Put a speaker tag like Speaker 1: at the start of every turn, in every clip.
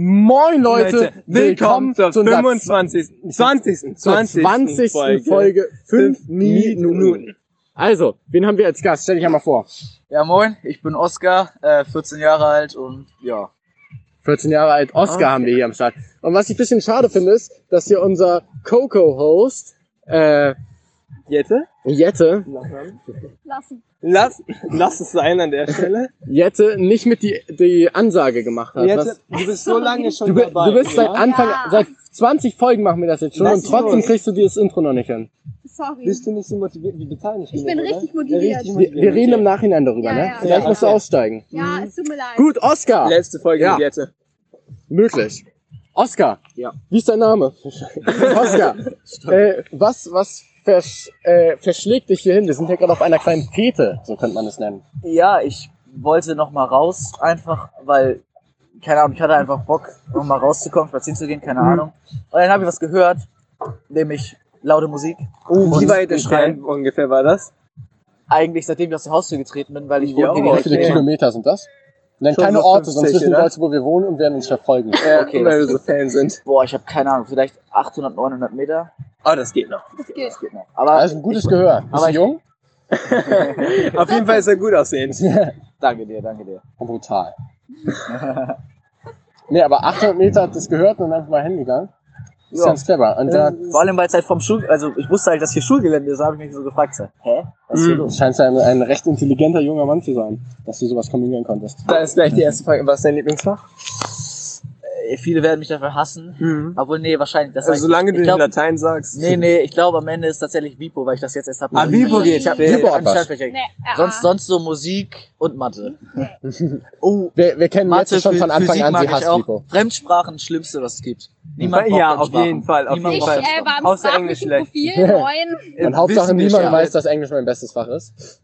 Speaker 1: Moin Leute, willkommen,
Speaker 2: zur
Speaker 1: zu unserer
Speaker 2: 25. 20. 20.
Speaker 1: 20. Folge, fünf Minuten. Also, wen haben wir als Gast? Stell dich einmal vor.
Speaker 3: Ja, moin, ich bin Oskar, äh, 14 Jahre alt und ja.
Speaker 1: 14 Jahre alt, Oscar
Speaker 3: Okay.
Speaker 1: haben wir hier am Start. Und was ich ein bisschen schade finde, ist, dass hier unser Coco-Host, äh,
Speaker 2: Jette,
Speaker 1: Jette,
Speaker 4: lassen.
Speaker 2: lass, lass es sein an der Stelle.
Speaker 1: Jette nicht mit die, die Ansage gemacht hat.
Speaker 2: Jette,
Speaker 1: was,
Speaker 2: du bist so lange schon
Speaker 1: du, bi-
Speaker 2: dabei.
Speaker 1: du bist seit
Speaker 2: oder?
Speaker 1: Anfang,
Speaker 4: Ja.
Speaker 1: seit 20 Folgen machen wir das jetzt schon
Speaker 2: Lass
Speaker 1: und trotzdem
Speaker 2: los.
Speaker 1: kriegst du dieses Intro noch nicht hin.
Speaker 4: Sorry.
Speaker 2: Bist du nicht so motiviert wie beteiligt?
Speaker 4: Ich bin
Speaker 2: oder?
Speaker 4: richtig motiviert.
Speaker 2: Richtig
Speaker 1: Wir, wir reden im Nachhinein darüber,
Speaker 4: Ja,
Speaker 1: ne?
Speaker 4: ja.
Speaker 1: Vielleicht
Speaker 2: Ja,
Speaker 1: musst du
Speaker 2: okay.
Speaker 1: aussteigen.
Speaker 4: ja, es tut mir leid.
Speaker 1: Gut, Oscar.
Speaker 2: Letzte Folge
Speaker 1: Ja.
Speaker 2: mit Jette.
Speaker 1: Möglich. Oscar.
Speaker 3: Ja.
Speaker 1: Wie ist dein Name? Oscar. äh, was was versch äh, verschlägt dich hier hin? Wir sind hier gerade auf einer kleinen Fete, so könnte man es nennen.
Speaker 3: Ja, ich wollte nochmal raus, einfach, weil, keine Ahnung, ich hatte einfach Bock, nochmal rauszukommen, spazieren zu gehen, keine
Speaker 1: Mhm.
Speaker 3: Ahnung. Und dann habe ich was gehört, nämlich laute Musik.
Speaker 2: Oh, wie
Speaker 3: Und
Speaker 2: weit
Speaker 3: wir
Speaker 2: entfernt
Speaker 3: schreien.
Speaker 2: ungefähr war das?
Speaker 3: Eigentlich seitdem ich aus der Haustür getreten bin, weil ich
Speaker 2: Ja,
Speaker 3: wohne hier
Speaker 1: Wie
Speaker 3: direkt.
Speaker 1: viele
Speaker 2: okay.
Speaker 3: neben-
Speaker 1: Kilometer sind das? Nenn
Speaker 2: Schon
Speaker 1: keine
Speaker 2: so
Speaker 1: Orte, sonst
Speaker 2: 50,
Speaker 1: wissen die
Speaker 2: oder?
Speaker 1: Leute, wo wir wohnen und werden uns verfolgen.
Speaker 2: Ja,
Speaker 3: Okay,
Speaker 2: weil wir
Speaker 3: das-
Speaker 2: so Fan sind.
Speaker 3: Äh, Boah, ich habe keine Ahnung, vielleicht 800, 900 Meter.
Speaker 2: Oh, das geht noch.
Speaker 4: Das geht.
Speaker 3: Das geht noch. Aber
Speaker 1: Also ein gutes Gehör. Bist
Speaker 3: aber
Speaker 1: du
Speaker 3: Ah, ich-
Speaker 1: jung?
Speaker 2: Auf jeden Fall ist er gut aussehend.
Speaker 3: danke dir, danke dir.
Speaker 1: Brutal. Nee, aber 800 Meter hat das gehört und dann einfach mal hingegangen. Ist
Speaker 3: Ja.
Speaker 1: ganz clever. Und da
Speaker 3: Vor allem, weil es halt vom Schul... Also, ich wusste halt, dass hier Schulgelände ist, da habe ich mich so gefragt, so, hä? Was ist hier
Speaker 2: Mhm.
Speaker 3: los?
Speaker 1: scheinst du ein, ein recht intelligenter junger Mann zu sein, dass du sowas kombinieren konntest.
Speaker 2: Da ist gleich die erste Frage. Was ist dein Lieblingsfach?
Speaker 3: Äh, Viele werden mich dafür hassen.
Speaker 2: Mhm.
Speaker 3: Obwohl, nee, wahrscheinlich. Das
Speaker 2: Also, solange du
Speaker 3: ich
Speaker 2: nicht
Speaker 3: glaub,
Speaker 2: Latein sagst.
Speaker 3: Nee, nee, ich glaube am Ende ist tatsächlich Vipo, weil ich das jetzt erst habe.
Speaker 2: Ah, Vipo geht.
Speaker 3: Ich habe
Speaker 2: Vipo
Speaker 1: hat was.
Speaker 4: Nee, äh,
Speaker 3: Sonst, sonst so Musik und Mathe. Oh,
Speaker 1: Wir, wir kennen
Speaker 3: Mathe
Speaker 1: jetzt schon
Speaker 3: Phy-
Speaker 1: von Anfang
Speaker 3: Physik
Speaker 1: an,
Speaker 3: mag
Speaker 1: sie
Speaker 3: ich
Speaker 1: hasst
Speaker 3: auch.
Speaker 1: Vico.
Speaker 3: Fremdsprachen, das Schlimmste, was es gibt. Niemand braucht
Speaker 2: ja, auf
Speaker 3: Fremdsprachen.
Speaker 2: jeden Fall. Auf
Speaker 3: Niemand
Speaker 2: jeden
Speaker 4: ich
Speaker 2: Fall.
Speaker 3: braucht
Speaker 4: äh, war im
Speaker 2: Außer Englisch
Speaker 4: sprachlichen
Speaker 2: schlecht.
Speaker 4: Profil neun.
Speaker 1: Und Hauptsache
Speaker 2: Wissen wir
Speaker 1: niemand
Speaker 2: schon.
Speaker 1: weiß, dass Englisch mein bestes Fach ist.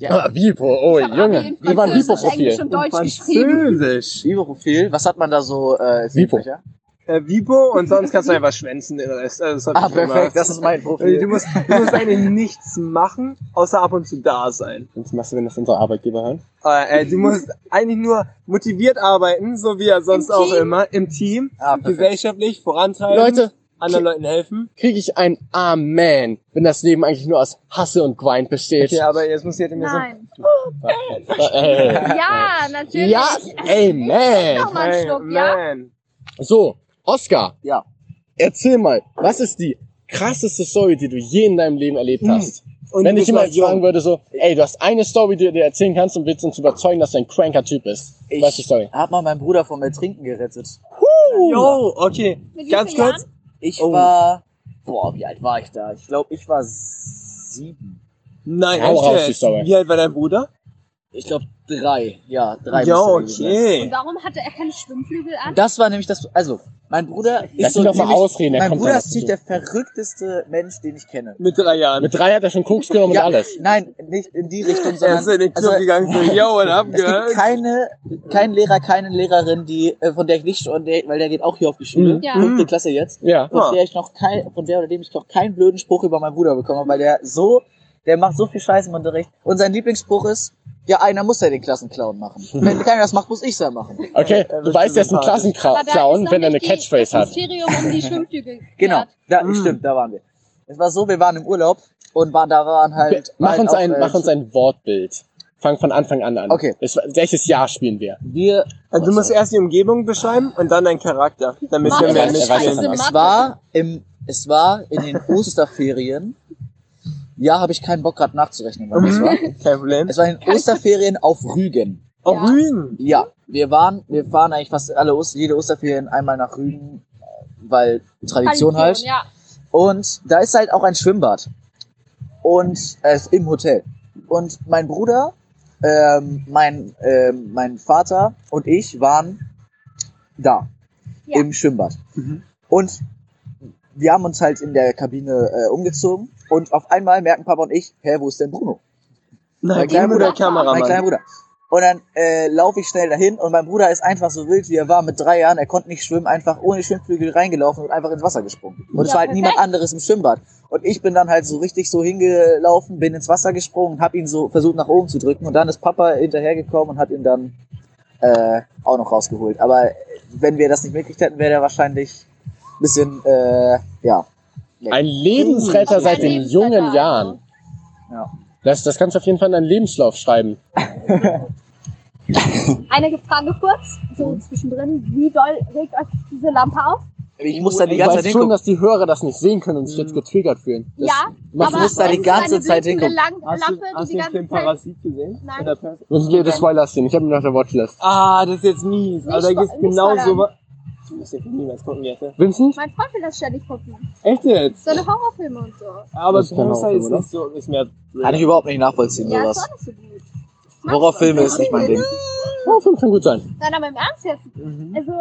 Speaker 3: Ja.
Speaker 1: Ah, Vipo, oh
Speaker 4: Ich hab aber
Speaker 1: Junge,
Speaker 4: in
Speaker 1: wir waren
Speaker 4: Französisch, Englisch
Speaker 1: Vipo-Profil.
Speaker 4: und Deutsch geschrieben.
Speaker 2: Französisch.
Speaker 3: Vipo-Profil, was hat man da so? Äh,
Speaker 1: Vipo.
Speaker 3: Fächer?
Speaker 2: Äh, Vipo und sonst kannst du einfach schwänzen den Rest. Also, das hab
Speaker 3: Ah,
Speaker 2: ich gemacht.
Speaker 3: perfekt, das ist mein
Speaker 2: Also, du,
Speaker 3: Profil.
Speaker 2: musst, du musst eigentlich nichts machen, außer ab und zu da sein.
Speaker 1: Was machst du, wenn das unsere Arbeitgeber hören?
Speaker 2: Äh, äh, du musst eigentlich nur motiviert arbeiten, so wie er sonst
Speaker 4: Im
Speaker 2: auch
Speaker 4: Team.
Speaker 2: immer, im Team,
Speaker 3: Ah, perfekt.
Speaker 2: gesellschaftlich vorantreiben,
Speaker 1: Leute,
Speaker 2: anderen Leuten helfen.
Speaker 1: kriege ich ein Amen, wenn das Leben eigentlich nur aus Hasse und Grind besteht.
Speaker 2: Okay, aber jetzt muss jeder mir sagen,
Speaker 4: Nein.
Speaker 1: Äh,
Speaker 4: Ja, natürlich.
Speaker 1: ja, Amen.
Speaker 4: Noch mal einen Schluck, ja?
Speaker 2: man.
Speaker 1: So, Oscar.
Speaker 3: Ja.
Speaker 1: Erzähl mal, was ist die krasseste Story, die du je in deinem Leben erlebt
Speaker 2: Hm.
Speaker 1: hast?
Speaker 2: Und
Speaker 1: Wenn
Speaker 2: du
Speaker 1: ich
Speaker 2: bist noch
Speaker 1: jemand
Speaker 2: jung.
Speaker 1: fragen würde, so, ey, du hast eine Story, die du dir erzählen kannst und willst uns überzeugen, dass du ein cranker Typ bist.
Speaker 3: Ich-
Speaker 1: Was ist die Story?
Speaker 3: Hab mal meinen Bruder vom Ertrinken gerettet.
Speaker 2: Yo, okay,
Speaker 4: Mit wie
Speaker 2: ganz
Speaker 4: vielen
Speaker 2: kurz.
Speaker 3: Ich
Speaker 2: Oh.
Speaker 3: war... Boah, wie alt war ich da? Ich glaube, ich war sieben.
Speaker 2: Nein,
Speaker 1: Hau
Speaker 2: echt
Speaker 1: raus,
Speaker 2: jetzt.
Speaker 1: die Story.
Speaker 2: Wie alt war dein Bruder?
Speaker 3: Ich glaube, drei. Ja, drei.
Speaker 2: Yo,
Speaker 3: müsste gewesen sein.
Speaker 4: Und
Speaker 2: okay.
Speaker 4: warum hatte er keine Schwimmflügel an?
Speaker 3: Das war nämlich das. Also, mein Bruder ist.
Speaker 1: Lass
Speaker 3: so
Speaker 1: ihn doch mal
Speaker 3: ziemlich-
Speaker 1: ausreden, er
Speaker 3: Mein
Speaker 1: kommt
Speaker 3: Bruder
Speaker 1: dann
Speaker 3: ist
Speaker 1: auf
Speaker 3: ziemlich
Speaker 1: dich
Speaker 3: der verrückteste Mensch, den ich kenne.
Speaker 2: Mit drei
Speaker 1: zu.
Speaker 2: Jahren.
Speaker 1: Mit drei hat er schon Koks genommen
Speaker 3: Ja.
Speaker 1: und alles.
Speaker 3: Nein, nicht in die Richtung,
Speaker 2: er
Speaker 3: sondern.
Speaker 2: ist in den Club
Speaker 3: also,
Speaker 2: gegangen, so, yo, und
Speaker 3: es gibt
Speaker 2: abgehört.
Speaker 3: keine, keinen Lehrer, keine Lehrerin, die, äh, von der ich nicht, und der, weil der geht auch hier auf die Schule,
Speaker 1: Mhm.
Speaker 4: Ja.
Speaker 3: fünfte Klasse jetzt,
Speaker 1: Ja.
Speaker 3: von
Speaker 2: Ja.
Speaker 3: der ich noch kein, von der oder dem ich noch keinen blöden Spruch über meinen Bruder bekommen habe, weil der so, der macht so viel Scheiß im Unterricht. Und sein Lieblingsspruch ist, ja, einer muss ja den Klassenclown machen. Wenn keiner das macht, muss ich's ja machen.
Speaker 1: Okay,
Speaker 2: Er
Speaker 1: du
Speaker 2: wird
Speaker 1: weißt, er ist ein
Speaker 2: sympathisch.
Speaker 4: Aber da ist
Speaker 1: Klassenclown,
Speaker 4: noch
Speaker 1: wenn er eine
Speaker 4: nicht die-
Speaker 1: Catchphrase
Speaker 4: das
Speaker 1: hat.
Speaker 4: Mysterium um die Schwimmflügel.
Speaker 3: Genau,
Speaker 4: geklärt.
Speaker 3: da,
Speaker 2: Mhm.
Speaker 3: stimmt, da waren wir. Es war so, wir waren im Urlaub und waren, da waren halt.
Speaker 1: Mach
Speaker 3: halt
Speaker 1: uns
Speaker 3: auch,
Speaker 1: ein,
Speaker 3: äh,
Speaker 1: mach uns ein Wortbild. Fang von Anfang an an.
Speaker 3: Okay.
Speaker 1: Es, welches Jahr spielen wir?
Speaker 3: Wir,
Speaker 2: Also du musst erst die Umgebung beschreiben und dann deinen Charakter, damit
Speaker 4: Mann,
Speaker 2: wir
Speaker 1: er
Speaker 2: mehr
Speaker 1: weiß- er weiß, was er
Speaker 2: mitspielen.
Speaker 1: macht.
Speaker 3: Also es war im, es war in den Osterferien. Ja, habe ich keinen Bock gerade nachzurechnen, wann das war.
Speaker 2: Mhm.
Speaker 1: Mhm.
Speaker 2: Kein Problem.
Speaker 3: Es war in den Osterferien auf Rügen.
Speaker 2: Oh,
Speaker 4: Ja.
Speaker 2: Rügen.
Speaker 3: Ja, wir waren, wir fahren eigentlich fast alle Oster, jede Osterferien einmal nach Rügen, äh, weil Tradition halt.
Speaker 4: Ja.
Speaker 3: Und da ist halt auch ein Schwimmbad. Und äh, im Hotel. Und mein Bruder, ähm, mein, ähm, mein Vater und ich waren da.
Speaker 4: Ja.
Speaker 3: Im Schwimmbad.
Speaker 2: Mhm.
Speaker 3: Und wir haben uns halt in der Kabine äh, umgezogen. Und auf einmal merken Papa und ich, hä, wo ist denn Bruno?
Speaker 2: Na,
Speaker 3: Mein kleiner
Speaker 2: Bruder,
Speaker 3: Bruder. mein kleiner
Speaker 2: Kameramann.
Speaker 3: Bruder. Und dann äh, laufe ich schnell dahin und mein Bruder ist einfach so wild, wie er war mit drei Jahren. Er konnte nicht schwimmen, einfach ohne Schwimmflügel reingelaufen und einfach ins Wasser gesprungen. Und es
Speaker 4: Ja,
Speaker 3: war halt
Speaker 4: perfekt.
Speaker 3: niemand anderes im Schwimmbad. Und ich bin dann halt so richtig so hingelaufen, bin ins Wasser gesprungen, habe ihn so versucht nach oben zu drücken. Und dann ist Papa hinterhergekommen und hat ihn dann äh, auch noch rausgeholt. Aber äh, wenn wir das nicht mitgekriegt hätten, wäre der wahrscheinlich ein bisschen, äh, ja.
Speaker 1: Ein Lebensretter seit den
Speaker 4: Lebensretter,
Speaker 1: jungen
Speaker 4: also.
Speaker 1: Jahren.
Speaker 3: Ja.
Speaker 1: Das, das kannst du auf jeden Fall in deinen Lebenslauf schreiben.
Speaker 4: Eine Frage kurz, so zwischendrin. Wie doll regt euch diese Lampe auf?
Speaker 3: Ich muss da die
Speaker 1: Ich
Speaker 3: ganze Zeit
Speaker 1: weiß schon,
Speaker 3: hingucken.
Speaker 1: dass die Hörer das nicht sehen können und sich jetzt getriggert fühlen. Das
Speaker 4: Mm. ja,
Speaker 1: macht
Speaker 4: aber
Speaker 3: muss da die
Speaker 4: es ist
Speaker 3: ganze
Speaker 4: eine
Speaker 3: Zeit
Speaker 4: blinkende
Speaker 3: hingucken.
Speaker 4: Lang
Speaker 2: Hast du,
Speaker 4: Lampe,
Speaker 2: hast
Speaker 4: die
Speaker 2: du
Speaker 4: die
Speaker 2: nicht den
Speaker 4: ganze Zeit.
Speaker 2: Parasit gesehen?
Speaker 4: Nein.
Speaker 2: In der Presse?
Speaker 1: Das sind jede Spoiler-Szene. Ich habe mir nach der Watchlist.
Speaker 2: Ah, das ist jetzt mies. Aber da
Speaker 4: Nicht
Speaker 2: gibt's
Speaker 4: spo- nicht
Speaker 2: genau so
Speaker 4: spoilern.
Speaker 2: was. Du musst jetzt niemals gucken, Jette.
Speaker 1: Vincent?
Speaker 4: Mein Freund will das ständig gucken.
Speaker 2: Echt jetzt?
Speaker 4: So eine Horrorfilme und so.
Speaker 3: Also
Speaker 2: Aber
Speaker 1: Das kann man auch
Speaker 2: Parasite ist
Speaker 1: gucken,
Speaker 2: nicht so, ist mehr.
Speaker 3: Kann ich überhaupt nicht nachvollziehen,
Speaker 4: Ja, ist
Speaker 3: sowas.
Speaker 4: auch nicht so gut.
Speaker 3: Horrorfilme ist nicht mein Ding.
Speaker 1: Ja, fünf kann gut sein.
Speaker 4: Nein, aber im Ernst jetzt.
Speaker 2: Mhm.
Speaker 4: Also,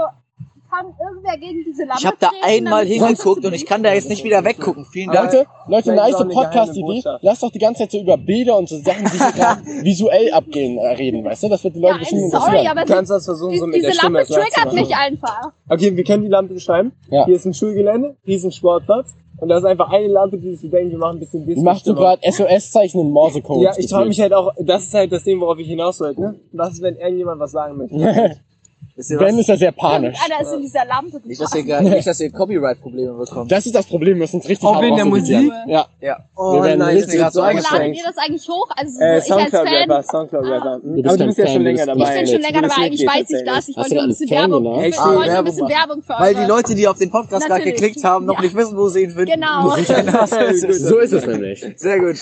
Speaker 4: kann irgendwer gegen diese Lampe
Speaker 3: Ich habe da
Speaker 4: treten,
Speaker 3: einmal
Speaker 4: damit-
Speaker 3: hingeguckt und ich kann da jetzt nicht wieder weggucken. Vielen Dank.
Speaker 1: Leute, Leute,
Speaker 2: vielleicht ist
Speaker 1: nice
Speaker 2: auch eine geheime
Speaker 1: Podcast-Idee.
Speaker 2: Botschaft.
Speaker 1: Lass doch die ganze Zeit so über Bilder und so Sachen, die hier gerade visuell abgehen, äh, reden, weißt du? Das wird die Leute
Speaker 4: Nein,
Speaker 1: bestimmt
Speaker 4: sorry,
Speaker 1: interessieren.
Speaker 4: aber
Speaker 2: Du kannst das versuchen, so
Speaker 4: die,
Speaker 2: mit der
Speaker 4: diese
Speaker 2: Stimme
Speaker 4: Lampe
Speaker 2: klar zu
Speaker 4: triggert
Speaker 2: machen.
Speaker 4: mich einfach.
Speaker 2: Okay, wir können die Lampe beschreiben.
Speaker 1: Ja.
Speaker 2: Hier ist ein Schulgelände, riesen Sportplatz. Und da ist einfach eine Lampe, die sich denkt, wir machen ein bisschen
Speaker 1: Wie
Speaker 2: Disco.
Speaker 1: machst du gerade SOS-Zeichen in Morsecode?
Speaker 2: Ja, ich frage mich halt auch, das ist halt das Ding, worauf ich hinaus wollte, ne? Was ist, wenn irgendjemand was sagen möchte? Äh,
Speaker 1: Ben
Speaker 3: Wisst ihr was?
Speaker 1: ist ja sehr panisch.
Speaker 4: Einer ist in dieser Lampe.
Speaker 3: Nicht, dass ihr, gar- nicht, dass ihr Copyright-Probleme bekommt.
Speaker 1: Das ist das Problem, wir sind richtig
Speaker 2: Auch
Speaker 1: hart
Speaker 2: wegen der
Speaker 1: rausgekriegt.
Speaker 2: Musik?
Speaker 1: Ja.
Speaker 3: Ja.
Speaker 2: Oh
Speaker 1: werden
Speaker 2: nein,
Speaker 1: richtig
Speaker 2: ist mir gerade so
Speaker 3: Laden
Speaker 4: Ladet
Speaker 2: eingeschränkt.
Speaker 4: ihr das eigentlich hoch? Also, so
Speaker 2: Äh,
Speaker 4: ich als
Speaker 2: Soundcloud
Speaker 4: Fan, Ah.
Speaker 2: Rapper, Soundcloud Rapper.
Speaker 1: Du bist
Speaker 2: Aber du
Speaker 1: kein
Speaker 2: bist ja
Speaker 1: Fan,
Speaker 2: schon länger
Speaker 1: du
Speaker 2: dabei.
Speaker 1: bist-
Speaker 4: ich bin
Speaker 1: Nein,
Speaker 4: schon
Speaker 2: Du
Speaker 4: länger
Speaker 2: bist
Speaker 4: dabei,
Speaker 2: Mitglied,
Speaker 4: eigentlich weiß ich
Speaker 2: erzähl
Speaker 4: das.
Speaker 1: Hast
Speaker 4: Ich wollte
Speaker 1: du
Speaker 4: nur ein
Speaker 1: da
Speaker 4: bisschen
Speaker 1: einen Fan
Speaker 4: Werbung.
Speaker 1: gemacht?
Speaker 2: Echt?
Speaker 4: Ich wollte nur
Speaker 3: Werbung
Speaker 4: ein bisschen
Speaker 3: machen.
Speaker 4: Werbung für
Speaker 3: Weil die
Speaker 4: eure-
Speaker 3: Leute, die auf den Podcast gerade
Speaker 4: Natürlich.
Speaker 3: geklickt haben, noch
Speaker 4: Ja.
Speaker 3: nicht wissen, wo sie ihn finden.
Speaker 4: Genau.
Speaker 2: das-
Speaker 1: So ist es nämlich.
Speaker 3: Sehr gut.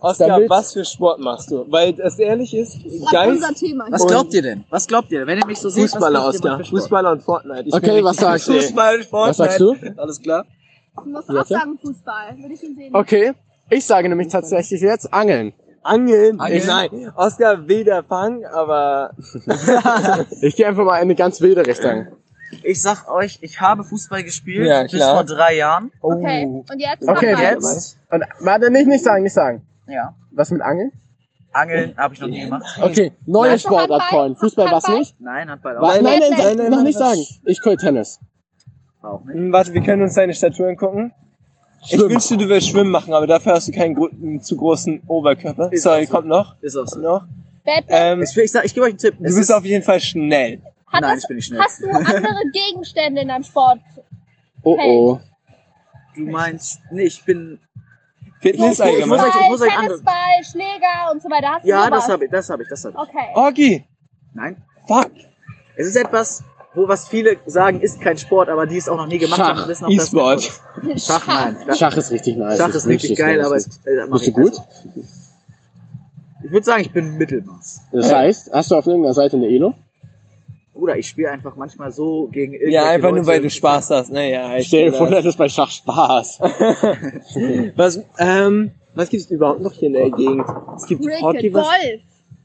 Speaker 2: Oskar,
Speaker 1: Damit-
Speaker 2: was für Sport machst du? Weil das ehrlich ist,
Speaker 4: Das war
Speaker 2: Geist,
Speaker 4: unser Thema.
Speaker 3: Was glaubt ihr denn? Was glaubt ihr, wenn ihr mich so seht?
Speaker 2: Fußballer,
Speaker 3: was glaubt ihr,
Speaker 2: Oskar.
Speaker 3: macht für Sport?
Speaker 2: Fußballer und Fortnite. Ich
Speaker 1: Okay,
Speaker 2: bin richtig
Speaker 1: was sagst du?
Speaker 2: verstehen.
Speaker 3: Fußball, Sport.
Speaker 1: Was sagst du?
Speaker 3: Alles klar.
Speaker 4: Ich muss
Speaker 1: Warte.
Speaker 4: auch sagen Fußball. Würde ich ihn sehen.
Speaker 1: Okay, ich sage nämlich tatsächlich jetzt Angeln.
Speaker 2: Angeln?
Speaker 3: Angeln?
Speaker 2: Nein. Oskar will der Fang, aber
Speaker 1: Ich gehe einfach mal in eine ganz wilde Richtung.
Speaker 3: Ich sag euch, ich habe Fußball gespielt
Speaker 2: Ja,
Speaker 3: bis
Speaker 2: klar.
Speaker 3: vor drei Jahren.
Speaker 4: Okay.
Speaker 2: Oh.
Speaker 4: Und jetzt?
Speaker 1: Oh. Okay,
Speaker 4: Mach mal.
Speaker 1: jetzt- Und warte, nicht, nicht sagen, nicht sagen.
Speaker 3: Ja.
Speaker 1: Was mit Angeln?
Speaker 3: Angeln habe ich noch nie gemacht.
Speaker 1: Okay, neue
Speaker 4: Nein.
Speaker 1: Sportart,
Speaker 4: Handball?
Speaker 1: Colin. Fußball war's
Speaker 4: Handball?
Speaker 1: nicht?
Speaker 3: Nein, Handball auch
Speaker 1: Nein, nein, nein,
Speaker 4: Nein,
Speaker 1: sag-
Speaker 2: nein,
Speaker 1: noch
Speaker 2: nein,
Speaker 1: nicht
Speaker 2: nein.
Speaker 1: sagen. Ich call Tennis.
Speaker 3: auch nicht.
Speaker 2: Hm, Warte, wir können uns deine Statuen gucken.
Speaker 1: Schwimmen.
Speaker 2: Ich wünschte, du würdest schwimmen machen, aber dafür hast du keinen gro einen zu großen Oberkörper.
Speaker 3: Ist
Speaker 2: Sorry,
Speaker 3: auch so.
Speaker 2: kommt noch.
Speaker 3: Ist auch
Speaker 2: Kommt
Speaker 3: so.
Speaker 2: noch.
Speaker 4: Badminton.
Speaker 2: Ähm,
Speaker 3: Ich, ich, sag- ich gebe euch einen Tipp.
Speaker 2: du bist auf jeden Fall schnell.
Speaker 4: Hat
Speaker 3: Nein,
Speaker 4: das,
Speaker 3: ich bin nicht schnell.
Speaker 4: hast du andere Gegenstände in deinem Sport?
Speaker 1: Oh oh.
Speaker 3: Du meinst, nee, ich bin.
Speaker 2: Fitness
Speaker 3: Ich- ich- ich muss
Speaker 2: allgemein.
Speaker 3: euch- ich muss euch andere-
Speaker 4: Tennisball, Schläger und so weiter. Hast
Speaker 3: Ja,
Speaker 4: du noch
Speaker 3: das
Speaker 4: was?
Speaker 3: habe ich, das habe ich, das habe
Speaker 2: oh.
Speaker 4: Okay.
Speaker 2: Orgi!
Speaker 3: ich. Nein.
Speaker 2: Fuck!
Speaker 3: Es ist etwas, wo was viele sagen, ist kein Sport, aber die es auch noch nie gemacht haben,
Speaker 1: Schach,
Speaker 3: wissen auch, dass es kein
Speaker 2: E-Sport.
Speaker 3: Sport ist. Schach, nein. Das,
Speaker 1: Schach ist richtig nice.
Speaker 3: Schach
Speaker 1: Ich
Speaker 3: ist
Speaker 1: wünsch
Speaker 3: richtig
Speaker 1: das
Speaker 3: geil,
Speaker 1: mir
Speaker 3: aber es,
Speaker 1: nicht.
Speaker 3: äh, mach
Speaker 1: Bist du
Speaker 3: ich-
Speaker 1: gut?
Speaker 3: Ich würde sagen, ich bin Mittelmaß.
Speaker 1: Das heißt, hast du auf irgendeiner Seite eine Elo?
Speaker 3: Bruder, ich spiele einfach manchmal so gegen irgendwelche
Speaker 2: Ja, einfach nur,
Speaker 3: Leute.
Speaker 2: weil du Spaß hast. Naja, ich
Speaker 1: Stell dir vor, das ist bei Schach Spaß.
Speaker 2: Was, ähm, was gibt's überhaupt noch hier in der Gegend? Es gibt
Speaker 4: Cricket,
Speaker 2: Hockey, was
Speaker 4: Golf.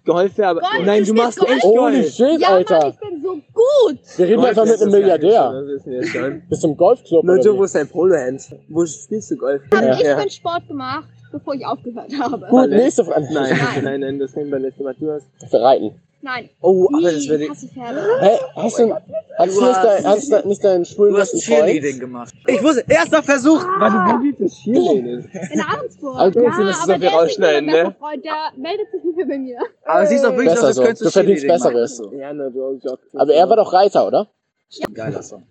Speaker 2: Golf wäre, aber Oh
Speaker 4: Golf,
Speaker 2: nein,
Speaker 4: du
Speaker 2: du
Speaker 4: spielst
Speaker 2: machst
Speaker 4: Golf?
Speaker 2: echt
Speaker 1: Ohne
Speaker 2: Golf.
Speaker 1: Schild,
Speaker 4: Ja, Mann,
Speaker 1: Alter.
Speaker 4: ich bin so gut.
Speaker 1: Wir reden einfach
Speaker 2: Golf ist
Speaker 1: mit einem
Speaker 2: das Geilste,
Speaker 1: Milliardär.
Speaker 2: das wissen wir jetzt schon.
Speaker 1: Bist du im Golfclub oder
Speaker 2: Leute,
Speaker 1: wie?
Speaker 2: wo ist dein Polohand? Wo spielst du Golf?
Speaker 4: Habe ich
Speaker 2: Ja.
Speaker 4: bin Sport gemacht, bevor ich aufgehört habe.
Speaker 1: Gut, nächste Frage.
Speaker 2: Nein,
Speaker 4: Nein.
Speaker 2: nein, nein, das können wir letzte Mal. Du hast.
Speaker 1: Reiten.
Speaker 4: Nein.
Speaker 2: Oh,
Speaker 4: Nie,
Speaker 2: aber das wäre.
Speaker 4: hasse ich Pferde.
Speaker 1: Hä? Hast du, hast du
Speaker 3: Du
Speaker 1: nicht, dein,
Speaker 3: hast-
Speaker 1: hast du nicht deinen schwulen
Speaker 3: Du hast
Speaker 1: besten Freund?
Speaker 3: Cheerleading gemacht. Ich wusste, erster Versuch!
Speaker 2: Warte, wo gibt es Cheerleading?
Speaker 4: In Ahrensburg.
Speaker 1: Also,
Speaker 4: ja,
Speaker 2: Sie müssen so viel
Speaker 4: aber der ist nicht mehr
Speaker 2: rausschneiden,
Speaker 4: mein
Speaker 2: ne?
Speaker 4: bester Freund, der meldet sich nicht mehr bei mir.
Speaker 3: Aber siehst doch wirklich, aus,
Speaker 1: Besser
Speaker 3: als
Speaker 1: so.
Speaker 3: könntest
Speaker 1: Du verdienst
Speaker 3: Cheerleading machen.
Speaker 1: Besseres.
Speaker 2: Ja, ne, du hast auch-
Speaker 1: Aber er war doch Reiter, oder?
Speaker 3: Geiler Song.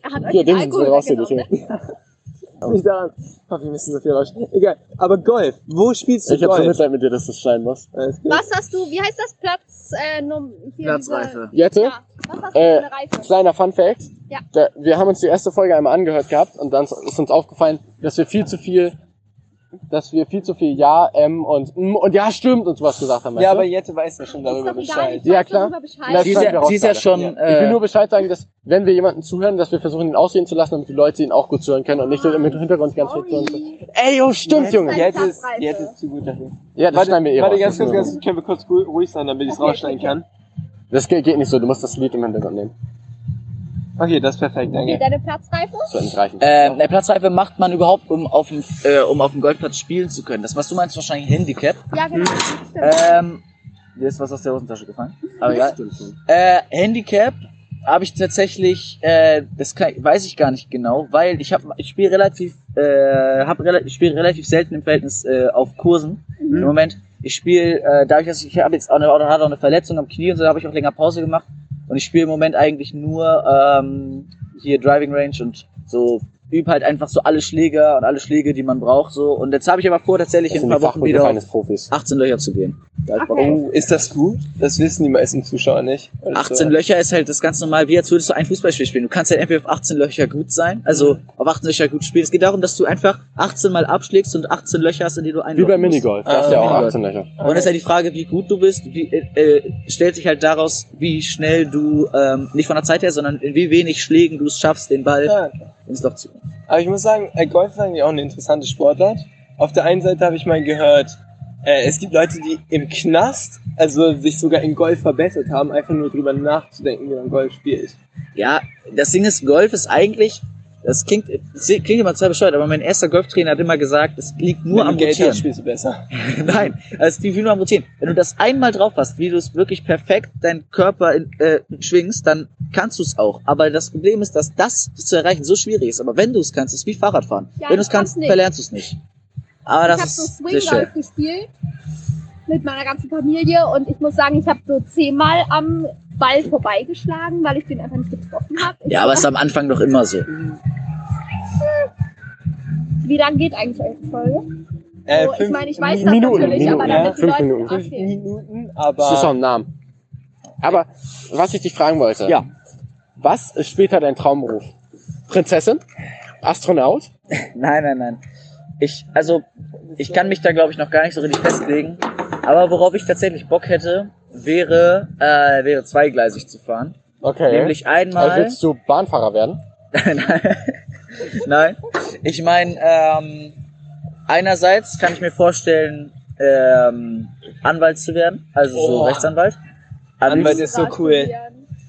Speaker 4: Er hat euch
Speaker 1: Hier,
Speaker 4: den
Speaker 1: den sind
Speaker 4: Alkohol
Speaker 1: wir raus, den
Speaker 4: weggenommen.
Speaker 1: ich
Speaker 2: Nicht daran. Ach, wir müssen so viel rausschneiden. Egal. Aber Golf, wo spielst du
Speaker 1: Ich hab so
Speaker 2: Golf?
Speaker 1: Mitleid mit dir, dass du schneiden musst.
Speaker 2: Alles klar.
Speaker 4: Was hast du, wie heißt das? Platz, äh, num, hier
Speaker 3: Platzreife.
Speaker 4: Diese,
Speaker 1: Jette,
Speaker 4: ja. Was hast du für eine Reife?
Speaker 1: kleiner Fun Fact.
Speaker 4: Ja.
Speaker 1: Da, wir haben uns die erste Folge einmal angehört gehabt und dann ist uns aufgefallen, dass wir viel zu viel, dass wir viel zu viel Ja, M und M und Ja stimmt und sowas gesagt haben. weißt
Speaker 2: Ja,
Speaker 1: du?
Speaker 2: aber Jette weiß ja schon darüber
Speaker 4: ist doch egal,
Speaker 2: Bescheid.
Speaker 4: ich
Speaker 1: Ja,
Speaker 4: weiß
Speaker 1: klar.
Speaker 4: darüber
Speaker 1: Das
Speaker 3: Sie
Speaker 4: Bescheid.
Speaker 3: ist ja,
Speaker 1: schreiben wir
Speaker 3: sie ist ja
Speaker 1: raus,
Speaker 3: schon,
Speaker 1: ich will
Speaker 3: äh,
Speaker 1: nur Bescheid sagen, dass wenn wir jemanden zuhören, dass wir versuchen, ihn ausreden zu lassen, damit die Leute ihn auch gut zuhören können und nicht im Hintergrund die ganze Zeit so. und so.
Speaker 4: Sorry.
Speaker 1: Ey, oh, stimmt, Junge.
Speaker 4: Ja,
Speaker 2: Jette ist,
Speaker 4: Platzreife.
Speaker 2: Jette ist zu gut dafür.
Speaker 1: Ja, das schneiden wir eh
Speaker 2: warte
Speaker 1: raus.
Speaker 2: ganz
Speaker 1: das,
Speaker 2: kurz, ganz, können wir kurz ru- ruhig sein, damit ich es
Speaker 4: Okay,
Speaker 2: rausschneiden
Speaker 4: okay.
Speaker 2: kann.
Speaker 1: das geht geht nicht so, du musst das Lied im Hintergrund nehmen.
Speaker 2: Okay, das ist perfekt, danke.
Speaker 4: Okay, deine Platzreife?
Speaker 1: Das wird nicht reichen.
Speaker 3: Ähm, eine Platzreife macht man überhaupt, um auf dem, äh, um auf dem Golfplatz spielen zu können. Das, was du meinst, ist wahrscheinlich ein Handicap.
Speaker 4: Ja, genau. Stimmt.
Speaker 3: Ähm, mir ist was aus der Hosentasche gefallen. Aber egal. Äh, Handicap habe ich tatsächlich, äh, das kann, weiß ich gar nicht genau, weil ich habe, ich spiele relativ, äh, hab relativ, ich spiele relativ selten im Verhältnis äh, auf Kursen im Moment. Ich spiele, äh, dadurch, dass ich habe jetzt auch eine, auch, hatte auch eine Verletzung am Knie und so, habe ich auch länger Pause gemacht. Und ich spiele im Moment eigentlich nur ähm, hier Driving Range und so übe halt einfach so alle Schläger und alle Schläge, die man braucht. so. Und jetzt habe ich aber vor, tatsächlich in ein paar Wochen wieder auf
Speaker 5: eines Profis.
Speaker 3: 18 Löcher zu gehen. Da hab ich Bock
Speaker 4: Okay.
Speaker 3: drauf.
Speaker 2: Oh, ist das gut? Das wissen die meisten Zuschauer nicht. Also,
Speaker 3: 18 Löcher ist halt das ganz normal, wie als würdest du ein Fußballspiel spielen. Du kannst halt entweder auf 18 Löcher gut sein, also auf 18 Löcher gut spielen. Es geht darum, dass du einfach 18 mal abschlägst und 18 Löcher hast, in die du einlocken
Speaker 1: Wie bei
Speaker 3: musst.
Speaker 1: Minigolf. Da hast du ja auch
Speaker 3: Minigolf.
Speaker 1: 18 Löcher.
Speaker 3: Und es ist halt die Frage, wie gut du bist, wie, äh, äh, stellt sich halt daraus, wie schnell du, ähm, nicht von der Zeit her, sondern in wie wenig Schlägen du es schaffst, den Ball
Speaker 2: Ja,
Speaker 3: ins Loch zu bringen.
Speaker 2: aber ich muss sagen, äh, Golf ist eigentlich auch eine interessante Sportart. Auf der einen Seite habe ich mal gehört, äh, es gibt Leute, die im Knast, also sich sogar in Golf verbessert haben, einfach nur drüber nachzudenken, wie man Golf spielt.
Speaker 3: Ja, das Ding ist, Golf ist eigentlich, das klingt, das klingt immer zwar bescheuert, aber mein erster Golftrainer hat immer gesagt, es liegt nur
Speaker 2: Wenn
Speaker 3: am
Speaker 2: du Geld
Speaker 3: Rotieren.
Speaker 2: hast, spielst du besser.
Speaker 3: Nein, also es ist die Fühlung am Rotieren. Wenn du das einmal drauf hast, wie du es wirklich perfekt deinen Körper in, äh, schwingst, dann kannst du es auch. Aber das Problem ist, dass das zu erreichen so schwierig ist. Aber wenn du es kannst, ist es wie Fahrradfahren.
Speaker 4: Ja,
Speaker 3: wenn du es
Speaker 4: ich
Speaker 3: kannst,
Speaker 4: kann's nicht.
Speaker 3: verlernst du es nicht. Aber
Speaker 4: ich habe
Speaker 3: das
Speaker 4: so
Speaker 3: ist
Speaker 4: Swing
Speaker 3: sehr schön.
Speaker 4: Golf gespielt mit meiner ganzen Familie und ich muss sagen, ich habe so zehnmal am Ball vorbeigeschlagen, weil ich den einfach nicht getroffen habe. Ich-
Speaker 3: Ja, aber es ist am Anfang doch immer so.
Speaker 4: Wie lang geht eigentlich eine Folge?
Speaker 2: Äh,
Speaker 4: so, ich
Speaker 2: fünf
Speaker 4: meine, ich weiß
Speaker 1: Minuten,
Speaker 4: das natürlich, aber
Speaker 1: Minuten,
Speaker 4: damit
Speaker 1: ja, fünf
Speaker 4: die Leute
Speaker 1: Minuten. Mhm.
Speaker 2: fünf
Speaker 4: okay.
Speaker 2: Minuten,
Speaker 1: Das ist auch
Speaker 2: aber
Speaker 1: ein Name. Aber was ich dich fragen wollte.
Speaker 3: Ja.
Speaker 1: Was ist später dein Traumberuf? Prinzessin? Astronaut?
Speaker 3: Nein, nein, nein. Ich, also, ich kann mich da, glaube ich, noch gar nicht so richtig festlegen. Aber worauf ich tatsächlich Bock hätte, wäre, äh, wäre zweigleisig zu fahren.
Speaker 1: Okay.
Speaker 3: Nämlich
Speaker 1: also
Speaker 3: einmal.
Speaker 1: willst du Bahnfahrer werden?
Speaker 3: Nein. Nein. Ich meine, ähm, einerseits kann ich mir vorstellen, ähm, Anwalt zu werden, also so
Speaker 2: Oh.
Speaker 3: Rechtsanwalt. Am,
Speaker 2: Anwalt
Speaker 3: liebsten,
Speaker 2: ist so cool.
Speaker 4: ähm,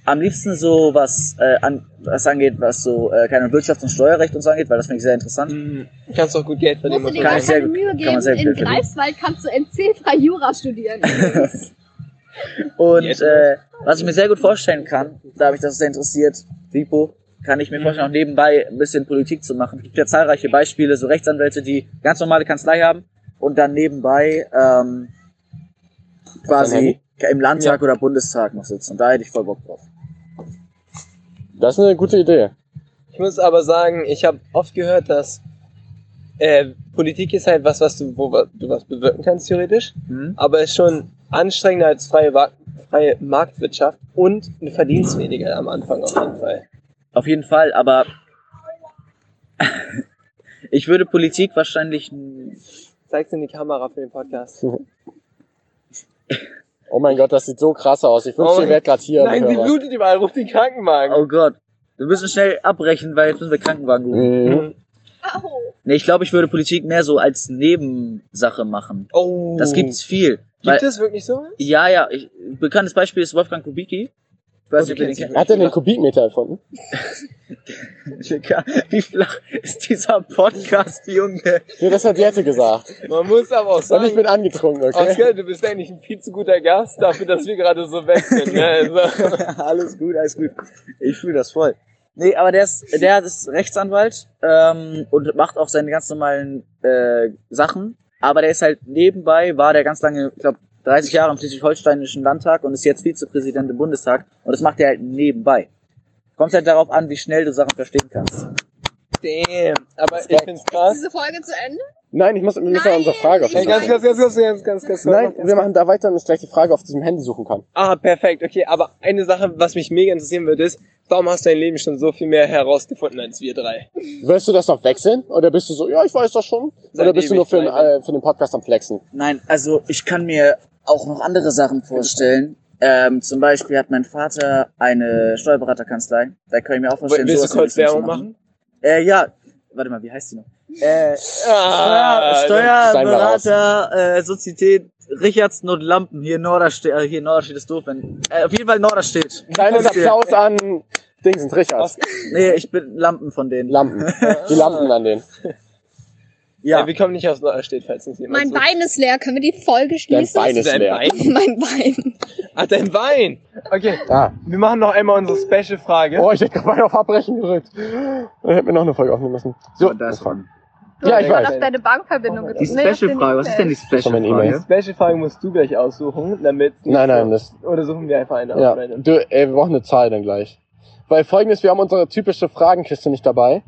Speaker 3: am liebsten so was, äh, an, was angeht, was so äh, keine Wirtschafts- und Steuerrecht und so angeht, weil das finde ich sehr interessant.
Speaker 2: Mhm. Kannst auch gut Geld verdienen.
Speaker 4: Musst du
Speaker 2: mit
Speaker 4: dir
Speaker 3: Kann
Speaker 4: gar
Speaker 3: ich sehr
Speaker 4: keine
Speaker 3: gut-
Speaker 4: Mühe
Speaker 3: man
Speaker 4: geben,
Speaker 3: sehr viel
Speaker 4: in
Speaker 3: verdienen.
Speaker 4: Greifswald kannst du NC-frei Jura studieren.
Speaker 3: Und
Speaker 2: Jetzt
Speaker 3: äh, was ich mir sehr gut vorstellen kann, da mich das sehr interessiert, Vipo, kann ich mir vorstellen, auch nebenbei ein bisschen Politik zu machen. Es gibt ja zahlreiche Beispiele, so Rechtsanwälte, die ganz normale Kanzlei haben und dann nebenbei ähm, quasi im Landtag oder Bundestag noch sitzen. Und da hätte ich voll Bock drauf.
Speaker 1: Das ist eine gute Idee.
Speaker 2: Ich muss aber sagen, ich habe oft gehört, dass äh, Politik ist halt was, was du, wo wa- du was bewirken kannst, theoretisch,
Speaker 3: Hm?
Speaker 2: aber ist schon anstrengender als freie, Wa- freie Marktwirtschaft und du verdienst weniger am Anfang auf jeden Fall.
Speaker 3: Auf jeden Fall, aber ich würde Politik wahrscheinlich
Speaker 2: Zeig's in die Kamera für den Podcast.
Speaker 1: Oh mein Gott, das sieht so krass aus. Ich wünschte,
Speaker 2: Oh
Speaker 1: ihr wärt gerade hier.
Speaker 2: Nein, sie
Speaker 1: Hörer.
Speaker 2: blutet überall, ruft den Krankenwagen.
Speaker 3: Oh Gott, wir müssen schnell abbrechen, weil jetzt müssen wir Krankenwagen rufen.
Speaker 1: Mhm.
Speaker 4: Au.
Speaker 3: Nee, ich glaube, ich würde Politik mehr so als Nebensache machen.
Speaker 2: Oh.
Speaker 3: Das gibt's viel. Weil,
Speaker 2: Gibt es wirklich so?
Speaker 3: Ja, ja. Ich, bekanntes Beispiel ist Wolfgang Kubicki. Ich weiß nicht, ob ihr den
Speaker 1: Hat er den Kubikmeter erfunden?
Speaker 3: kennt. Digga, Wie flach ist dieser Podcast, Junge?
Speaker 1: Nee, das hat Jette gesagt.
Speaker 2: Man muss aber auch
Speaker 1: Und Also ich
Speaker 2: sagen,
Speaker 1: bin angetrunken, okay?
Speaker 2: Oskar, du bist eigentlich ein viel zu guter Gast dafür, dass wir gerade so weg sind. Ne? Also,
Speaker 3: alles gut, alles gut. Ich fühle das voll. Nee, aber der ist, der ist Rechtsanwalt ähm, und macht auch seine ganz normalen äh, Sachen. Aber der ist halt nebenbei, war der ganz lange, ich glaube, 30 Jahre im schleswig-holsteinischen Landtag und ist jetzt Vizepräsident im Bundestag. Und das macht er halt nebenbei. Kommt halt darauf an, wie schnell du Sachen verstehen kannst.
Speaker 2: damn. Aber ich find's krass.
Speaker 4: Diese Folge zu Ende?
Speaker 1: Nein, ich muss wir müssen noch unsere Frage auf
Speaker 2: Ey, ganz, ganz, ganz, ganz, ganz, ganz, ganz,
Speaker 1: Nein,
Speaker 2: ganz,
Speaker 1: wir machen da weiter, damit ich gleich die Frage auf diesem Handy suchen kann.
Speaker 2: Ah, perfekt, okay. Aber eine Sache, was mich mega interessieren würde, ist, warum hast du dein Leben schon so viel mehr herausgefunden als wir drei?
Speaker 1: Wirst du das noch wechseln? Oder bist du so, ja, ich weiß das schon?
Speaker 2: Seit
Speaker 1: Oder bist du nur für, den,
Speaker 2: Ewigkeiten.
Speaker 1: äh, für den Podcast am Flexen?
Speaker 3: Nein, also ich kann mir auch noch andere Sachen vorstellen. Ähm, zum Beispiel hat mein Vater eine Steuerberaterkanzlei. Da kann ich mir auch vorstellen,
Speaker 2: Willst
Speaker 3: sowas
Speaker 2: du kurz
Speaker 3: in die Richtung
Speaker 2: Werbung
Speaker 3: zu
Speaker 2: machen?
Speaker 3: Äh, ja, warte mal, wie heißt die noch? Äh,
Speaker 2: Ah,
Speaker 3: Steuer,
Speaker 1: sein wir raus.
Speaker 3: Steuerberater, äh, Sozietät, Richardson und Lampen. Hier in Norderstedt, äh, hier in Norderstedt ist doof, wenn, äh, auf jeden Fall Norderstedt.
Speaker 1: Kleines Applaus an Dings und Richard.
Speaker 3: Nee, ich bin Lampen von denen.
Speaker 1: Lampen. Die Lampen an denen.
Speaker 2: Ja.
Speaker 3: ja.
Speaker 2: wir kommen nicht aus Neustadt, falls uns jemand
Speaker 4: Mein
Speaker 2: sucht.
Speaker 4: Bein ist leer. Können wir die Folge
Speaker 1: Also Dein
Speaker 4: schließen?
Speaker 1: Bein ist
Speaker 2: Dein
Speaker 1: leer.
Speaker 2: Bein?
Speaker 4: mein Bein.
Speaker 2: Ach, Ah, dein Bein! Oh. Okay,
Speaker 1: Ah.
Speaker 2: wir machen noch einmal unsere Special-Frage.
Speaker 1: Oh, ich hätte gerade auf Abbrechen gerückt. Ich hätte mir noch eine Folge aufnehmen müssen. So,
Speaker 3: Und das-
Speaker 4: Du
Speaker 1: Ja,
Speaker 4: hast
Speaker 1: ich
Speaker 4: gerade
Speaker 1: weiß.
Speaker 4: auf deine Bankverbindung
Speaker 2: Die
Speaker 3: Die
Speaker 4: Nee, auf den
Speaker 3: Special-Frage, was ist denn die
Speaker 1: Von meinen
Speaker 3: Special-Frage?
Speaker 1: E-Mails.
Speaker 2: Die Special-Frage musst du gleich aussuchen, damit.
Speaker 1: Nein, nein, das,
Speaker 2: Oder suchen wir einfach eine
Speaker 1: ja.
Speaker 2: aus. random.
Speaker 1: Du, ey, wir brauchen eine Zahl dann gleich. Weil folgendes, wir haben unsere typische Fragenkiste nicht dabei.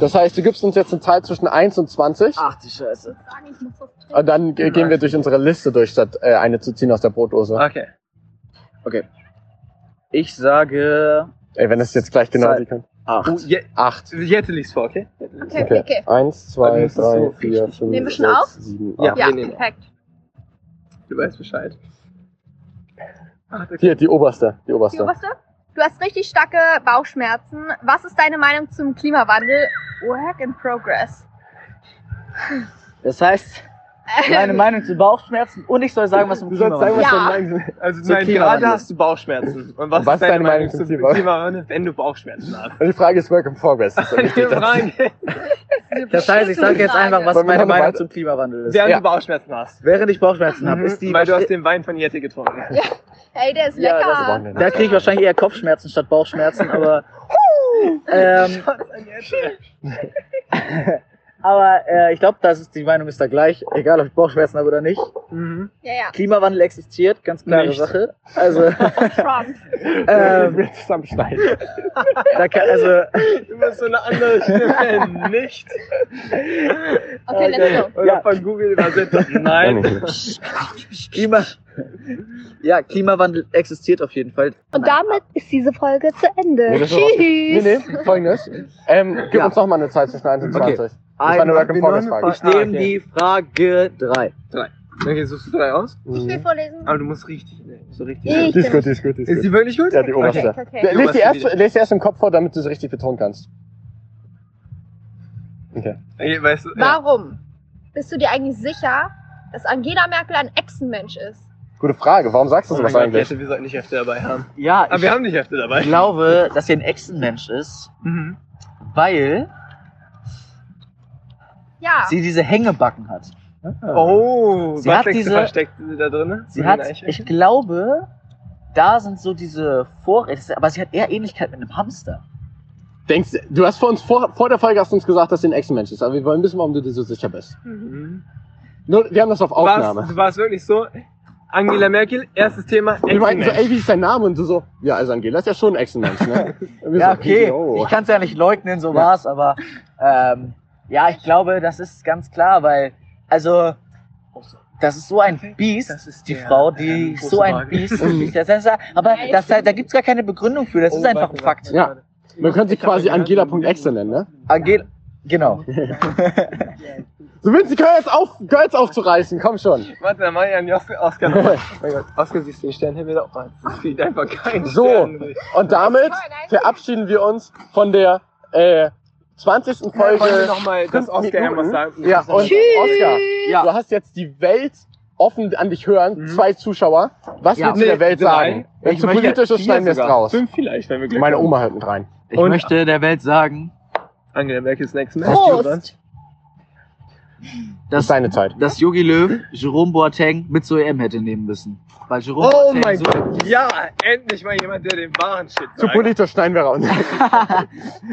Speaker 1: Das heißt, du gibst uns jetzt eine Zahl zwischen 1 und 20.
Speaker 3: Ach die Scheiße.
Speaker 4: Fragen, ich muss das
Speaker 1: Und dann ge- gehen wir durch unsere Liste durch, statt äh, eine zu ziehen aus der Brotdose.
Speaker 2: Ah.
Speaker 3: Okay. Okay. Ich sage.
Speaker 1: Ey, wenn das jetzt gleich genau
Speaker 3: Zahl.
Speaker 1: die kann.
Speaker 3: Acht.
Speaker 2: Oh, je,
Speaker 1: Acht.
Speaker 2: jetzt liegt's vor, okay?
Speaker 4: Okay, okay, okay.
Speaker 1: Eins,
Speaker 2: Dann
Speaker 1: zwei,
Speaker 2: ist das
Speaker 1: drei,
Speaker 2: so
Speaker 1: vier,
Speaker 2: richtig.
Speaker 1: fünf,
Speaker 4: Nehmen wir schon auf?
Speaker 1: sechs, sieben,
Speaker 2: Ja.
Speaker 1: acht.
Speaker 4: Ja,
Speaker 2: nee, nee.
Speaker 4: perfekt.
Speaker 2: Du weißt Bescheid. Ach, okay.
Speaker 1: Hier, die oberste, die
Speaker 4: Die
Speaker 1: oberste.
Speaker 4: oberste? Du hast richtig starke Bauchschmerzen. Was ist deine Meinung zum Klimawandel? Work in progress.
Speaker 3: Das heißt, meine Meinung zu Bauchschmerzen und ich soll sagen, was im
Speaker 2: Du sollst sagen,
Speaker 3: Klimawandel.
Speaker 2: was ja.
Speaker 4: Ja.
Speaker 2: dein Also
Speaker 3: Zum
Speaker 2: nein,
Speaker 3: Klimawandel.
Speaker 2: gerade hast du Bauchschmerzen. Und was, ist deine Meinung zum
Speaker 1: Klima-
Speaker 2: Klimawandel, wenn du Bauchschmerzen hast?
Speaker 1: Und die Frage ist Work in Progress. Das ist ja wichtig, dass-
Speaker 2: Frage.
Speaker 3: Das heißt, ich sage jetzt einfach, was
Speaker 1: Wollen wir
Speaker 3: meine
Speaker 1: noch eine
Speaker 3: Meinung
Speaker 1: Weile-
Speaker 3: zum Klimawandel ist.
Speaker 2: Während
Speaker 1: Ja.
Speaker 2: du Bauchschmerzen hast.
Speaker 3: Während ich Bauchschmerzen habe, ist die.
Speaker 2: Mhm. Weil du hast den Wein von Jette getrunken.
Speaker 4: Hey, der ist
Speaker 3: Ja,
Speaker 1: Wir
Speaker 3: das
Speaker 4: lecker.
Speaker 1: brauchen den
Speaker 3: da kriege ich wahrscheinlich eher Kopfschmerzen statt Bauchschmerzen, aber. ähm, aber äh, ich glaube, das ist die Meinung ist da gleich, egal ob ich Bauchschmerzen habe oder nicht.
Speaker 2: Mhm.
Speaker 4: Ja, ja.
Speaker 3: Klimawandel existiert, ganz klare
Speaker 2: Nicht.
Speaker 3: Sache. Also,
Speaker 4: Trump.
Speaker 3: ähm,
Speaker 1: wir zusammenschneiden.
Speaker 3: da kann, also
Speaker 2: Du bist so eine andere Stimme. Nicht.
Speaker 4: Okay, let's go.
Speaker 2: Oder
Speaker 3: Ja.
Speaker 2: von Google übersetzt. Nein.
Speaker 3: Klima ja, Klimawandel existiert auf jeden Fall.
Speaker 4: Und damit ist diese Folge zu Ende.
Speaker 1: Nee, das ist
Speaker 4: Tschüss.
Speaker 1: Nee, nee, folgendes. Ähm, gib
Speaker 3: Ja.
Speaker 1: uns noch mal eine Zahl zwischen 1 und
Speaker 3: Okay.
Speaker 1: 20. war eine Work in Progress Frage.
Speaker 3: Ich nehme
Speaker 2: Ah, okay.
Speaker 3: die Frage 3.
Speaker 2: Ah, Okay, suchst du drei aus?
Speaker 4: Ich will
Speaker 1: Mhm.
Speaker 4: vorlesen.
Speaker 2: Aber du musst richtig. nehmen, So richtig.
Speaker 4: Ich
Speaker 1: Die ist
Speaker 4: bin-
Speaker 1: gut, die ist gut, die
Speaker 2: Ist
Speaker 1: ist gut.
Speaker 2: die wirklich gut?
Speaker 1: Ja, die oberste.
Speaker 4: Okay, okay.
Speaker 1: Lest die, erst,
Speaker 2: Wieder.
Speaker 1: lest die erst im Kopf vor, damit du sie richtig betonen kannst. Okay.
Speaker 2: Okay, weißt du, ja.
Speaker 4: Warum bist du dir eigentlich sicher, dass Angela Merkel ein Echsenmensch ist?
Speaker 1: Gute Frage. Warum sagst du
Speaker 2: Oh
Speaker 1: sowas
Speaker 2: mein Gott,
Speaker 1: eigentlich?
Speaker 2: Jette, wir sollten nicht Hefte dabei haben.
Speaker 3: Ja,
Speaker 2: Aber wir haben nicht Hefte dabei.
Speaker 3: ich glaube, dass sie ein Echsenmensch ist,
Speaker 2: Mhm.
Speaker 3: weil
Speaker 4: Ja.
Speaker 3: sie diese Hängebacken hat.
Speaker 2: Oh,
Speaker 3: Ah. Sie
Speaker 2: was
Speaker 3: hat
Speaker 2: denkst
Speaker 3: diese-
Speaker 2: du, versteckt sie da drin?
Speaker 3: Sie hat, ich glaube, da sind so diese Vorräte, aber sie hat eher Ähnlichkeit mit einem Hamster.
Speaker 1: Denkst, du hast vor uns vor, vor der Folge hast du uns gesagt, dass sie ein Ex-Mensch ist, aber wir wollen wissen, warum du dir so sicher bist.
Speaker 2: Mhm.
Speaker 1: Nur, wir haben das auf
Speaker 2: Du
Speaker 1: Aufnahme.
Speaker 2: warst, du warst wirklich so. Angela Merkel, erstes Thema.
Speaker 1: Wir meinten so,
Speaker 2: Echsenmensch.
Speaker 1: ey, wie ist dein Name? Und du so, ja, also Angela ist ja schon ein Ex-Mensch, ne? Und wir
Speaker 3: Ja,
Speaker 1: so,
Speaker 3: okay.
Speaker 1: yo.
Speaker 2: Oh.
Speaker 3: Ich kann es ja nicht leugnen, so
Speaker 1: Ja.
Speaker 3: war's, aber ähm, ja, ich glaube, das ist ganz klar, weil, also, das ist so ein Biest,
Speaker 2: Das ist
Speaker 3: die
Speaker 2: der,
Speaker 3: Frau, die
Speaker 2: ähm,
Speaker 3: ist so ein
Speaker 2: große
Speaker 3: Biest. Das ist, ja- aber das, da gibt's gar keine Begründung für, das
Speaker 2: Oh,
Speaker 3: ist einfach ein
Speaker 2: warte,
Speaker 3: Fakt.
Speaker 2: warte, warte.
Speaker 1: Man könnte sie
Speaker 2: Ich hab
Speaker 1: quasi
Speaker 2: gehört,
Speaker 1: Angela.exe nennen, ne?
Speaker 3: Angel genau.
Speaker 1: So, Vinci, hör jetzt auf, hör jetzt aufzureißen, komm schon.
Speaker 2: Warte, dann mach ich an Oscar. Oscar nochmal. mein Gott, Oscar, siehst du den Sternhimmel auch mal? Das sieht einfach kein
Speaker 1: So.
Speaker 2: Stern.
Speaker 1: Und damit verabschieden wir uns von der äh, 20.
Speaker 2: Folge
Speaker 1: Folge.
Speaker 2: nochmal, dass
Speaker 1: fünf
Speaker 2: Oscar
Speaker 1: Minuten.
Speaker 2: irgendwas sagt.
Speaker 1: Ja, und Oscar,
Speaker 3: Ja.
Speaker 1: du hast jetzt die Welt offen an dich hören,
Speaker 2: Mhm.
Speaker 1: zwei Zuschauer. Was
Speaker 3: Ja.
Speaker 1: willst du der
Speaker 2: Nee,
Speaker 1: Welt
Speaker 2: drei.
Speaker 1: sagen? Wenn
Speaker 3: Ich
Speaker 1: es zu
Speaker 3: möchte
Speaker 1: politisch ist,
Speaker 2: Vier
Speaker 1: schneiden wir es
Speaker 2: sogar.
Speaker 1: raus.
Speaker 2: Fünf vielleicht, wenn wir Glück
Speaker 1: Meine
Speaker 2: haben.
Speaker 1: Oma hört mit rein.
Speaker 3: Ich
Speaker 2: Und-
Speaker 3: möchte der Welt sagen,
Speaker 2: Angela Merkel ist next man.
Speaker 4: Prost!
Speaker 1: Das ist
Speaker 3: dass,
Speaker 1: deine Zeit.
Speaker 3: dass Yogi Löw Jerome Boateng mit zur EM hätte nehmen müssen. Weil Jerome
Speaker 2: Oh
Speaker 3: Boateng
Speaker 2: mein
Speaker 3: so
Speaker 2: Gott. Ja, endlich mal jemand, der den wahren Shit
Speaker 1: Zu
Speaker 2: sagt.
Speaker 1: politisch schneiden wir raus.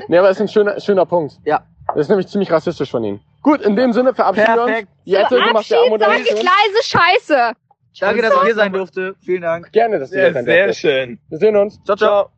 Speaker 1: nee, aber das ist ein schöner, schöner Punkt.
Speaker 3: Ja.
Speaker 1: Das ist nämlich ziemlich rassistisch von Ihnen. Gut, in dem Sinne verabschieden wir uns.
Speaker 3: Perfekt.
Speaker 1: Jette, du machst die
Speaker 4: Abschied, sag ich
Speaker 1: Ammoderation.
Speaker 4: leise Scheiße.
Speaker 3: Danke, dass ich hier sein durfte. Vielen Dank.
Speaker 1: Gerne, dass du
Speaker 2: Ja,
Speaker 1: hier sein
Speaker 2: sehr
Speaker 1: darfst.
Speaker 2: schön.
Speaker 1: Wir sehen uns.
Speaker 3: Ciao, ciao.